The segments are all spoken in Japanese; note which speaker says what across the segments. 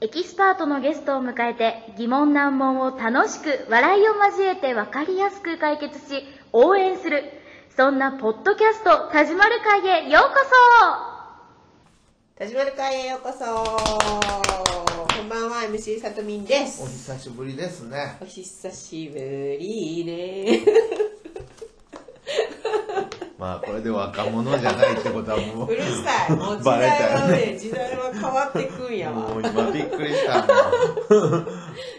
Speaker 1: エキスパートのゲストを迎えて疑問難問を楽しく笑いを交えて分かりやすく解決し応援するそんなポッドキャスト「田島る会」へようこ
Speaker 2: 田島る会へようこそこんばんは MC さとみんで
Speaker 3: お
Speaker 2: す
Speaker 3: 久しぶりですね
Speaker 2: お。久しぶりね
Speaker 3: まあこれで若者じゃないってことは も
Speaker 2: うる
Speaker 3: う、
Speaker 2: さいもう時
Speaker 3: バレ
Speaker 2: 代
Speaker 3: た
Speaker 2: は
Speaker 3: よ
Speaker 2: ね
Speaker 3: ね
Speaker 2: 時代は変わってくんや
Speaker 3: も
Speaker 2: わ
Speaker 3: う今びっくりした。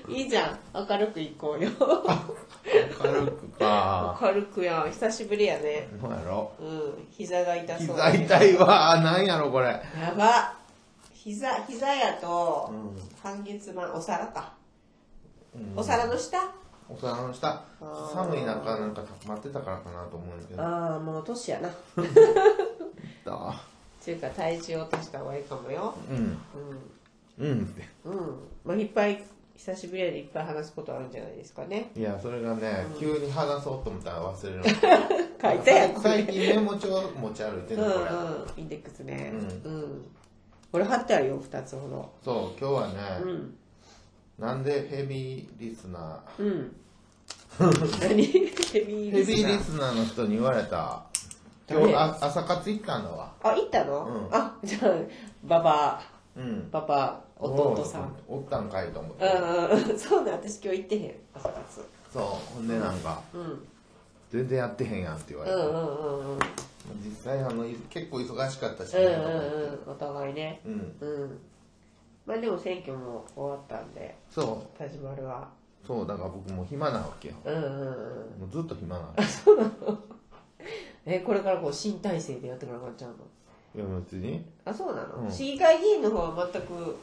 Speaker 2: いいじゃん明るく行こうよ
Speaker 3: 明るくか。
Speaker 2: 明るくやん久しぶりやね
Speaker 3: どうやろ
Speaker 2: うん膝が痛そう
Speaker 3: 膝痛いわ。あなんやろこれ。
Speaker 2: やば膝膝やと
Speaker 3: うん
Speaker 2: 半月板お皿か
Speaker 3: うん
Speaker 2: お皿の下
Speaker 3: お皿の下
Speaker 2: あー。
Speaker 3: 寒い中なんか溜まってたからかなと思うんだけど。
Speaker 2: ああもう年 やなっ
Speaker 3: だ
Speaker 2: ていうか体重を落とした方がいいかもよ
Speaker 3: うん。
Speaker 2: うん
Speaker 3: うんって。
Speaker 2: うん、まあ、いっぱい久しぶりやでいっぱい話すことあるんじゃないですかね。
Speaker 3: いや、それがね、急に話そうと思ったら忘れるの。
Speaker 2: 書いたやん。うん
Speaker 3: 最近メモ帳持ち歩いてる
Speaker 2: う
Speaker 3: の、こ
Speaker 2: ん、
Speaker 3: れ。
Speaker 2: インデックスね。う。
Speaker 3: うん
Speaker 2: 俺貼ってあるよ、二つほど。
Speaker 3: そう、今日は
Speaker 2: う
Speaker 3: ね、
Speaker 2: ん。
Speaker 3: なんでヘビーリスナ
Speaker 2: うん。何ヘビ
Speaker 3: ー。
Speaker 2: ー
Speaker 3: ヘ
Speaker 2: リスナー
Speaker 3: ビーリスナーの人に言われた。今
Speaker 2: 誰
Speaker 3: 日あ朝活行ったんだわ。
Speaker 2: あ、行ったの、
Speaker 3: うん
Speaker 2: あ、じゃあ、ババ
Speaker 3: うん。
Speaker 2: ババ弟さん。
Speaker 3: おったんかいと思っ
Speaker 2: う
Speaker 3: て。
Speaker 2: ん、うん、そうなん、私今日行ってへん、朝活。
Speaker 3: そう、ほんでなんか、
Speaker 2: うん。うん、
Speaker 3: 全然やってへんやんって言わ
Speaker 2: う
Speaker 3: れて。
Speaker 2: ん、うん、うん。うん、
Speaker 3: 実際あの、い結構忙しかったし
Speaker 2: う
Speaker 3: ね。とか言って
Speaker 2: ん、うん。お互いね。
Speaker 3: うん。
Speaker 2: うん。まあでも選挙も終わったんで、
Speaker 3: そ
Speaker 2: 田島るは。
Speaker 3: う、そう、だから僕もう暇なわけよ。
Speaker 2: うんうんうん、
Speaker 3: もうずっと暇なの。
Speaker 2: えこれからこう新体制でやってくなくなっちゃうの
Speaker 3: いや、別に。
Speaker 2: あそうなの、
Speaker 3: うん
Speaker 2: 市議会議員の方は全く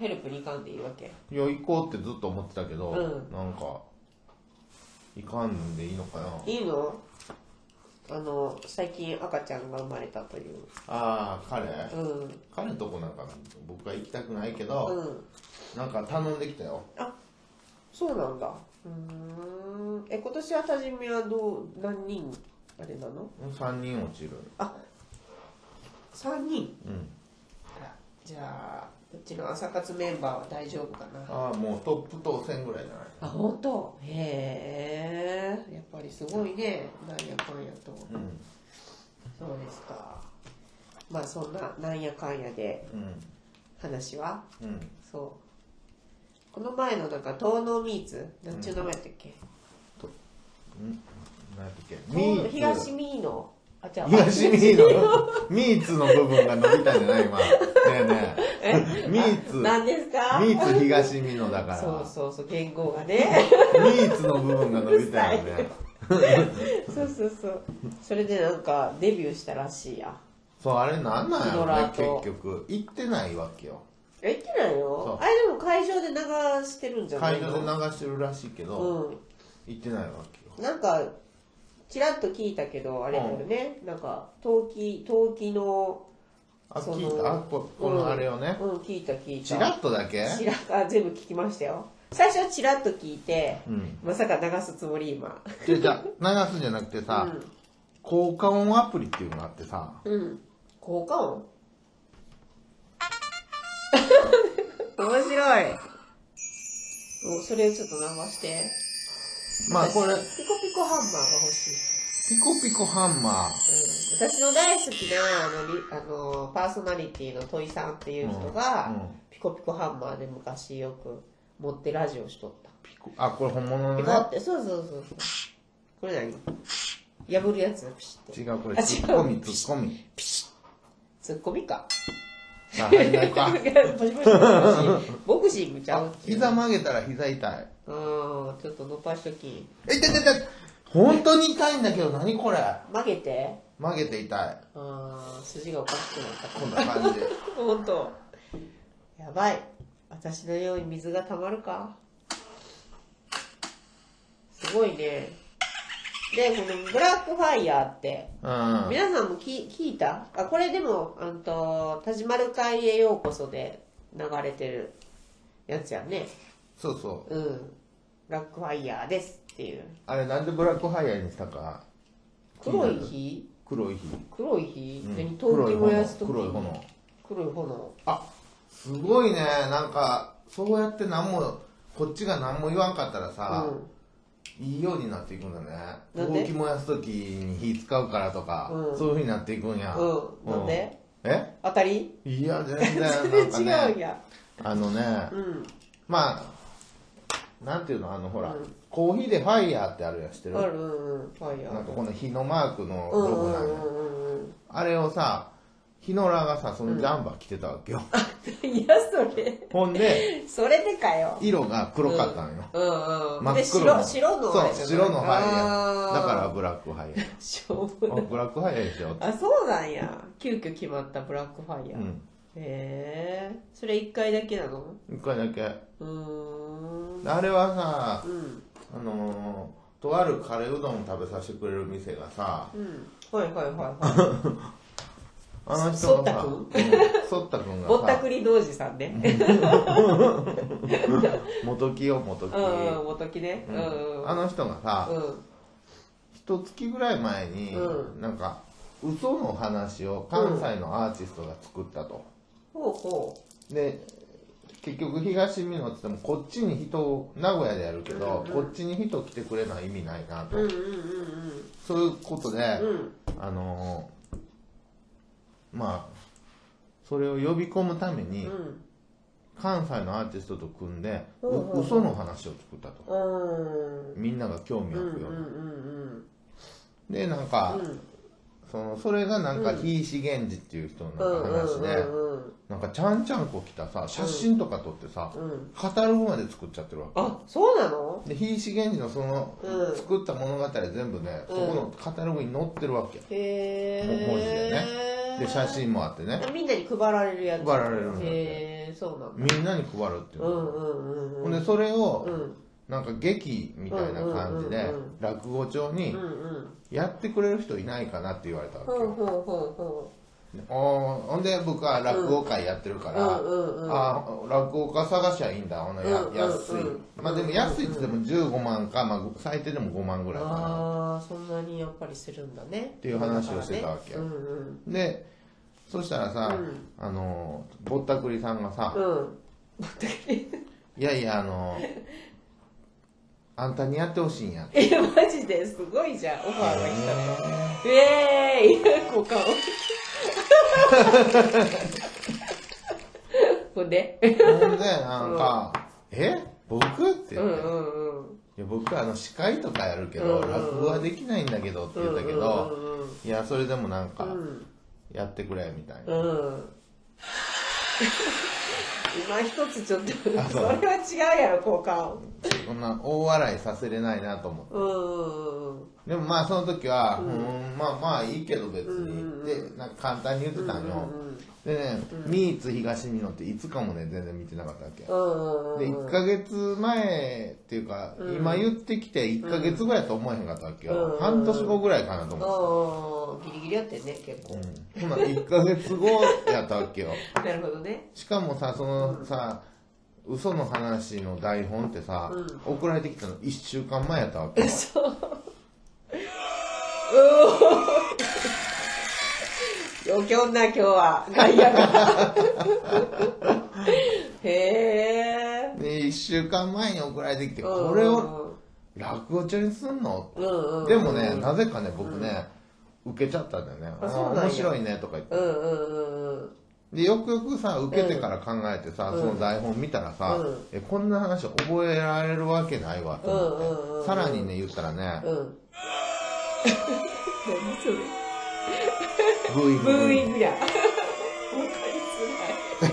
Speaker 2: ヘルプに行かんでいいわけ
Speaker 3: いや、行こうってずっと思ってたけど、
Speaker 2: うん
Speaker 3: なんか、行かんでいいのかな。
Speaker 2: いいのあの最近赤ちゃんが生まれたという
Speaker 3: ああ、彼、
Speaker 2: うん
Speaker 3: 彼のとこなんか僕は行きたくないけ
Speaker 2: う
Speaker 3: ど、
Speaker 2: ん
Speaker 3: なんか頼んできたよ。
Speaker 2: そうなんだうーんえ今年は田島はどう何人あれなの
Speaker 3: 3人落ちる。
Speaker 2: 3人
Speaker 3: うん。
Speaker 2: じゃあうちの朝活メンバーは大丈夫かな
Speaker 3: ああ、もうトップ当選ぐらいじゃない
Speaker 2: あ本当へえやっぱりすごいねなんやかんやと
Speaker 3: うん。
Speaker 2: そうですか。まあそんななんやかんやで
Speaker 3: う
Speaker 2: 話は
Speaker 3: ん。うん。
Speaker 2: そう。この前のなんか東能ミーツなんちゅう名前やったっけ？
Speaker 3: 何やったっけ
Speaker 2: 東
Speaker 3: ミ
Speaker 2: 東
Speaker 3: ーツ。
Speaker 2: ミーのあじゃあ
Speaker 3: 東ミ ーの、ミーツの部分が伸びたんじゃない今。ねえねえ。ミーツ、
Speaker 2: なんですか？
Speaker 3: ミーツ東ミノだから。
Speaker 2: そうそうそう言語が ね。
Speaker 3: ミーツの部分が伸びたよ
Speaker 2: うる
Speaker 3: ね。
Speaker 2: そうそうそう。それでなんかデビューしたらしいや。
Speaker 3: そう、あれなんなんやろ
Speaker 2: ドラ
Speaker 3: ね、
Speaker 2: と
Speaker 3: 結局。行ってないわけよ。
Speaker 2: え行ってない
Speaker 3: そ
Speaker 2: よ
Speaker 3: う。
Speaker 2: あれでも会場で流してるんじゃない
Speaker 3: 会
Speaker 2: の？
Speaker 3: 場で流してるらしいけど、
Speaker 2: うん。
Speaker 3: 行ってないわけよ。
Speaker 2: なんかちらっと聞いたけどあれだよね、なんか陶器陶器の
Speaker 3: あ、
Speaker 2: その
Speaker 3: 聞いたあ、ここ
Speaker 2: うん
Speaker 3: のあれをね。
Speaker 2: うん聞いた聞いた
Speaker 3: チラッとだけ
Speaker 2: ちらあ全部聞きましたよ最初はちらっと聞いて
Speaker 3: うん。
Speaker 2: まさか流すつもり今
Speaker 3: じゃじゃ流すんじゃなくてさ、効果音アプリっていうのがあってさ、
Speaker 2: うん、うん、効果音面白いおそれちょっと流して
Speaker 3: まあこれ、
Speaker 2: ピコピコハンマーが欲しい
Speaker 3: ピコピコハンマー。
Speaker 2: うん私の大好きなあのリあのパーソナリティの土井さんっていう人が、
Speaker 3: うんうん
Speaker 2: ピコピコハンマーで昔よく持ってラジオしとった
Speaker 3: ピコあ、これ本物の
Speaker 2: ピコっ
Speaker 3: ね。
Speaker 2: てそうそうそうそうこれ何破るやつピシッて
Speaker 3: 違う、これ、
Speaker 2: あ違う
Speaker 3: ツッコミ、ツッコミ。
Speaker 2: ツッコミか
Speaker 3: あ、入んないか
Speaker 2: ボ。シボシボシボクシングちゃうっていう
Speaker 3: 膝曲げたら膝痛い。
Speaker 2: うんちょっと伸ばしとき
Speaker 3: え、痛い痛い痛い本当に痛いんだけど、何これ
Speaker 2: 曲げて
Speaker 3: 曲げて痛い。
Speaker 2: あー筋がおかしくなった
Speaker 3: こんな感 じで。
Speaker 2: 本当やばい私のように水がたまるかすごいねでこのブラックファイヤーって
Speaker 3: うん。
Speaker 2: 皆さんもき聞いたあこれでもあんと「田島る会へようこそ」で流れてるやつやね
Speaker 3: そうそう。
Speaker 2: うんブラックファイヤーですっていう
Speaker 3: あれ、なんでブラックハイヤーにしたか。
Speaker 2: 黒い火
Speaker 3: 黒い日。
Speaker 2: 黒い火、
Speaker 3: うん
Speaker 2: 何陶
Speaker 3: 黒い
Speaker 2: 器燃やす時
Speaker 3: 炎。黒い炎。
Speaker 2: 黒い炎
Speaker 3: あ、すごいね。なんか、そうやって何もこっちが何も言わんかったらさ、
Speaker 2: うん
Speaker 3: いいようになっていくんだね
Speaker 2: なんで
Speaker 3: 動き燃やす時に火使うからとか、
Speaker 2: うん
Speaker 3: そういうふうになっていくんや、
Speaker 2: うんなんで
Speaker 3: え
Speaker 2: 当たり
Speaker 3: いや全然
Speaker 2: 全
Speaker 3: な
Speaker 2: 然違う
Speaker 3: んかね
Speaker 2: や
Speaker 3: あのね、
Speaker 2: うん
Speaker 3: まあなんていうのあのほら、
Speaker 2: うん
Speaker 3: コーヒーでファイヤーってあるやん知ってる
Speaker 2: あるうんうんファイヤ
Speaker 3: なん
Speaker 2: ー
Speaker 3: かこの火のマークの
Speaker 2: う
Speaker 3: ロ
Speaker 2: んう
Speaker 3: ゴ
Speaker 2: ん
Speaker 3: なん
Speaker 2: う
Speaker 3: や、
Speaker 2: んうんうん
Speaker 3: あれをさ日野らがさそのジャンバー着てたわけよ、
Speaker 2: いやそれ
Speaker 3: ほんで
Speaker 2: それでかよ
Speaker 3: 色が黒かったのよ、
Speaker 2: うんうん
Speaker 3: 真
Speaker 2: で
Speaker 3: っ黒
Speaker 2: 白
Speaker 3: の
Speaker 2: 白のあれ
Speaker 3: そ
Speaker 2: じ
Speaker 3: う
Speaker 2: ゃない
Speaker 3: 白のハイヤ
Speaker 2: あ
Speaker 3: ー
Speaker 2: ー
Speaker 3: だからブラックハイヤー
Speaker 2: しょうも
Speaker 3: あ
Speaker 2: ない
Speaker 3: ブラックハイヤーでしょ
Speaker 2: あそうなんや急遽決まったブラックファイヤ
Speaker 3: う
Speaker 2: ー、
Speaker 3: ん
Speaker 2: へえそれ1回だけなの
Speaker 3: 一回だけ
Speaker 2: うーん
Speaker 3: あれはさ
Speaker 2: うん
Speaker 3: あのーとあるカレーうどんを食べさせてくれる店がさ
Speaker 2: うんはいはいはいは
Speaker 3: あの人
Speaker 2: そ
Speaker 3: のさ
Speaker 2: そ
Speaker 3: そったくん
Speaker 2: い
Speaker 3: が
Speaker 2: ぼった
Speaker 3: さ
Speaker 2: くり童子さんね
Speaker 3: 元木よ元木、
Speaker 2: うんうん元木ねう
Speaker 3: うんん
Speaker 2: うん
Speaker 3: あの人がさ
Speaker 2: うん
Speaker 3: 一月ぐらい前に、
Speaker 2: う
Speaker 3: なんか嘘の話を関西のアーティストが作ったと、
Speaker 2: ほうほ
Speaker 3: で結局東美濃って言ってもこっちに人を名古屋でやるけど、こっちに人来てくれない意味ないなと、
Speaker 2: ううんうんうん
Speaker 3: そういうことで、
Speaker 2: うんうん
Speaker 3: あのーまあそれを呼び込むために、
Speaker 2: うん
Speaker 3: 関西のアーティストと組んで、う
Speaker 2: ほうほうほう
Speaker 3: 嘘の話を作ったと
Speaker 2: うん
Speaker 3: みんなが興味
Speaker 2: う
Speaker 3: を
Speaker 2: ん
Speaker 3: 湧くよう
Speaker 2: う
Speaker 3: な、
Speaker 2: ん
Speaker 3: でなんか、
Speaker 2: うん
Speaker 3: そのそれがなんか非資源寺っていう人のなんか話で、
Speaker 2: うんうん
Speaker 3: なんかちゃんちゃんこ来たさ写真とか撮ってさ、
Speaker 2: うんうん
Speaker 3: カタログまで作っちゃってるわけ
Speaker 2: あそうなの
Speaker 3: で非資源寺のその、
Speaker 2: うん
Speaker 3: 作った物語全部ね、
Speaker 2: うん
Speaker 3: そこのカタログに載ってるわけ
Speaker 2: へ
Speaker 3: も
Speaker 2: え
Speaker 3: 文字でねで写真もあってね
Speaker 2: みんなに配られるやつ
Speaker 3: 配られるんだって
Speaker 2: へえそうなんだ
Speaker 3: みんなに配るっていう
Speaker 2: う
Speaker 3: の、
Speaker 2: んうんうんうん
Speaker 3: ほんでそれを、
Speaker 2: うん
Speaker 3: なんか劇みたいな感じで、
Speaker 2: うんうんうんうん
Speaker 3: 落語帳
Speaker 2: う
Speaker 3: に
Speaker 2: んうん
Speaker 3: やってくれる人いないかなって言われたわけ
Speaker 2: ほう
Speaker 3: よ、
Speaker 2: ほうほ
Speaker 3: おーほんで僕は落語会やってるか
Speaker 2: うほううん
Speaker 3: ら、
Speaker 2: うんうん
Speaker 3: あー落語家探しゃいいんだほなや
Speaker 2: うんうんうん
Speaker 3: 安い、まあでも安いって言っても15万か、まあ、最低でも5万ぐらいかな
Speaker 2: ああそんなにやっぱりするんだね
Speaker 3: っていう話をしてたわけ
Speaker 2: うんうん
Speaker 3: でそしたらさ、
Speaker 2: うん
Speaker 3: あのーぼったくりさんがさ、
Speaker 2: うん
Speaker 3: いやいやあ のーあんたにやってほしいんやって
Speaker 2: えマジですごいじゃんオファーが来たのウェーイ こう顔ほんで
Speaker 3: ほんでなんか「え僕?」って
Speaker 2: う
Speaker 3: 言って、
Speaker 2: んうんうん
Speaker 3: いや僕はあの司会とかやるけど、
Speaker 2: うんうんうん
Speaker 3: 落語はできないんだけどって言ったけ
Speaker 2: う
Speaker 3: ど、
Speaker 2: んうんうん
Speaker 3: いやそれでもなん
Speaker 2: う
Speaker 3: か
Speaker 2: ん
Speaker 3: やってくれみたいな、
Speaker 2: うん。今一つちょっと、それ
Speaker 3: あそう
Speaker 2: は違うやろ、効果音。
Speaker 3: そんな大笑いさせれないなと思って
Speaker 2: うんうんうん。
Speaker 3: でもまあその時は、うーん、まあまあいいけど別
Speaker 2: うん
Speaker 3: にってなんか簡単に言ってたのよ、でね、ミーツ東美濃っていつかもね全然見てなかったわけ、
Speaker 2: うんうんうん。
Speaker 3: で1ヶ月前っていうか、今言ってきて1ヶ月ぐらいやと思えへんかったわけよ、
Speaker 2: うん
Speaker 3: 半年後ぐらいかなと思って
Speaker 2: うんうん。ギリギリやってんね、結構。
Speaker 3: うん、ほな1ヶ月後やったわけよ
Speaker 2: なるほどね。
Speaker 3: しかもさそのさ、嘘の話の台本ってさ、送られてきたの1週間前やったわけよ
Speaker 2: 余興んな、今日は。外野が。 へぇ
Speaker 3: で1週間前に送られてきて
Speaker 2: ー。うん
Speaker 3: これを落語中にすんの
Speaker 2: うんうんうん。
Speaker 3: でもねなぜかね僕ね、受けちゃったんだよねあ
Speaker 2: あそうなんや
Speaker 3: 面白いねとか言って、
Speaker 2: うんうんうんうん。
Speaker 3: でよくよくさ受けてから考えてさ、その台本見たらさ、
Speaker 2: うん
Speaker 3: えこんな話覚えられるわけないわと思って、
Speaker 2: うんうんうんうん
Speaker 3: さらにね言ったらね、
Speaker 2: うん。何それ
Speaker 3: ブーイン
Speaker 2: ブ
Speaker 3: グ
Speaker 2: ーイングや。わかりづら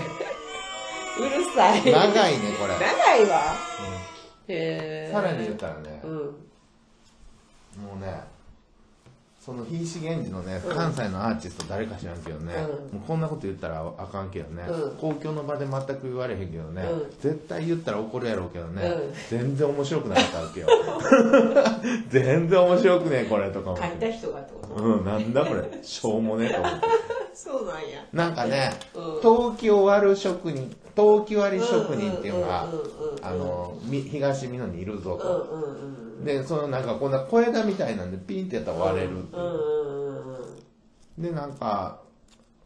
Speaker 2: い。うるさい。
Speaker 3: 長いねこれ、
Speaker 2: 長いわ。へえ。
Speaker 3: さらに言ったらね、
Speaker 2: うん。
Speaker 3: もうねその非資源寺のね関西のアーティスト誰か知らんけどね、
Speaker 2: う
Speaker 3: もうこんなこと言ったらあかんけどね、
Speaker 2: うん
Speaker 3: 公共の場で全く言われへんけどね、
Speaker 2: うん
Speaker 3: 絶対言ったら怒るやろうけどね、
Speaker 2: うん
Speaker 3: 全然面白くなかったわけよ 全然面白くねえこれとか思っ
Speaker 2: 書い
Speaker 3: て
Speaker 2: た人がってこと
Speaker 3: うん、なんだこれ、しょうもねえと思って。
Speaker 2: そうなんや。
Speaker 3: なんかね、
Speaker 2: うん
Speaker 3: 陶器を割る職人、陶器割り職人っていうのが
Speaker 2: うんうんうんうん、
Speaker 3: あの、み東美濃にいるぞ
Speaker 2: う
Speaker 3: と。
Speaker 2: んうんうん。
Speaker 3: で、そのなんかこんな小枝みたいなんでピンってやったら割れるって
Speaker 2: うんうんうんうん。
Speaker 3: で、なんか、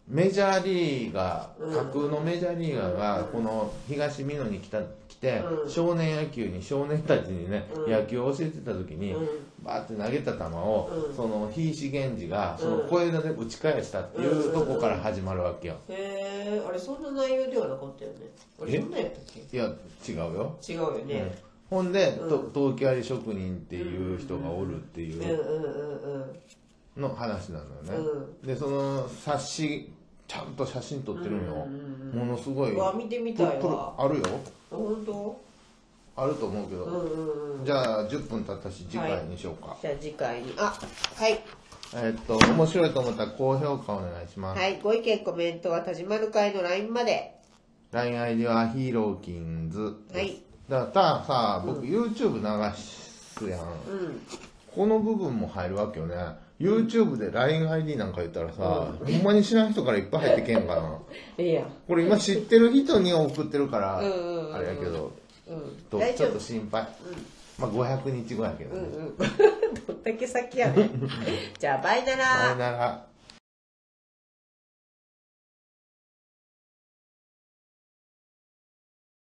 Speaker 3: メジャーリーガー、架空のメジャーリーガーが、この東美濃に来た、来て、
Speaker 2: うん
Speaker 3: 少年野球に、少年たちにね、
Speaker 2: うん
Speaker 3: 野球を教えてた時に、
Speaker 2: うん
Speaker 3: バーって投げた球を、
Speaker 2: うん
Speaker 3: その、ひいし源氏が、その
Speaker 2: うん
Speaker 3: 小枝で打ち返したっていうとこから始まるわけよ。
Speaker 2: へえあれそんな内容ではなかったよねあれ
Speaker 3: え
Speaker 2: そんなんやったっけ
Speaker 3: いや、違うよ。
Speaker 2: 違うよ
Speaker 3: うん
Speaker 2: ね、
Speaker 3: ほんで、
Speaker 2: うん
Speaker 3: と東京あり職人っていう人がおるって
Speaker 2: う
Speaker 3: い
Speaker 2: ん、
Speaker 3: う
Speaker 2: うんうんうん
Speaker 3: の話なのよね、
Speaker 2: う
Speaker 3: でその冊子ちゃんと写真撮ってるんよ、
Speaker 2: うんうん
Speaker 3: ものすごい
Speaker 2: うんうわ見てみたい
Speaker 3: 撮る
Speaker 2: わあ
Speaker 3: あるよ
Speaker 2: 本当
Speaker 3: あると思うけど、
Speaker 2: うんうんうん
Speaker 3: じゃあ10分経ったし次回にしようか、
Speaker 2: じゃあ次回にあはい
Speaker 3: えーっと面白いと思ったら高評価お願いします、
Speaker 2: はいご意見コメントは田島る会の LINE まで
Speaker 3: LINEID はヒーローキンズ
Speaker 2: はい
Speaker 3: だからさ僕 YouTube 流すやん、
Speaker 2: うん
Speaker 3: この部分も入るわけよね YouTube で LINEID なんか言ったらさ、ほんまに知らん人からいっぱい入ってけんかな
Speaker 2: ええやん
Speaker 3: これ今知ってる人に送ってるから、
Speaker 2: うんうんうん
Speaker 3: あれやけど
Speaker 2: うん
Speaker 3: と
Speaker 2: 大
Speaker 3: ち
Speaker 2: 丈
Speaker 3: ょっと
Speaker 2: 夫
Speaker 3: 心配、まあ500日後やけど ね、
Speaker 2: うんうんどんだけ先やねんじゃあバイなら
Speaker 3: さよなら